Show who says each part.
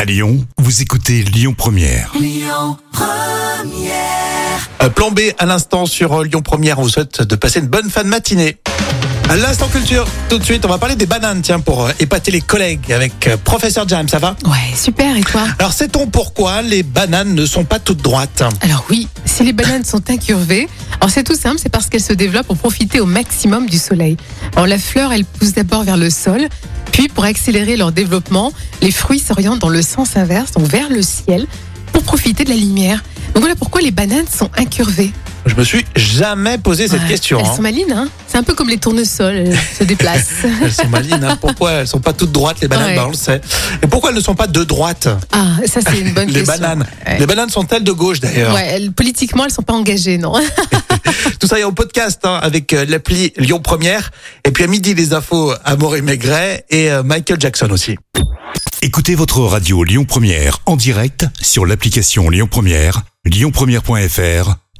Speaker 1: À Lyon, vous écoutez Lyon Première.
Speaker 2: Euh, Plan B à l'instant sur euh, Lyon Première. On vous souhaite de passer une bonne fin de matinée. À L'instant culture, tout de suite, on va parler des bananes, tiens, pour euh, épater les collègues avec euh, professeur Jam, ça va
Speaker 3: Ouais, super, et toi
Speaker 2: Alors sait-on pourquoi les bananes ne sont pas toutes droites
Speaker 3: Alors oui, si les bananes sont incurvées, alors c'est tout simple, c'est parce qu'elles se développent pour profiter au maximum du soleil. Alors la fleur, elle pousse d'abord vers le sol, puis pour accélérer leur développement, les fruits s'orientent dans le sens inverse, donc vers le ciel, pour profiter de la lumière. Donc voilà pourquoi les bananes sont incurvées.
Speaker 2: Je me suis jamais posé cette
Speaker 3: Ouais,
Speaker 2: question.
Speaker 3: Elles
Speaker 2: hein.
Speaker 3: sont malines, hein C'est un peu comme les tournesols, elles se déplacent.
Speaker 2: Elles sont malines, hein. pourquoi elles sont pas toutes droites les bananes
Speaker 3: Ouais.
Speaker 2: Bah, On le sait. Et pourquoi elles ne sont pas de droite
Speaker 3: Ah, ça c'est une bonne
Speaker 2: Les
Speaker 3: question.
Speaker 2: bananes.
Speaker 3: Ouais.
Speaker 2: Les bananes sont-elles de gauche d'ailleurs
Speaker 3: Ouais, elles- politiquement, elles sont pas engagées, non
Speaker 2: Tout ça est en podcast hein, avec euh, l'appli Lyon Première. Et puis à midi les infos Amaury Maigret et euh, Michael Jackson aussi.
Speaker 1: Écoutez votre radio Lyon Première en direct sur l'application Lyon Première, lyonpremière.fr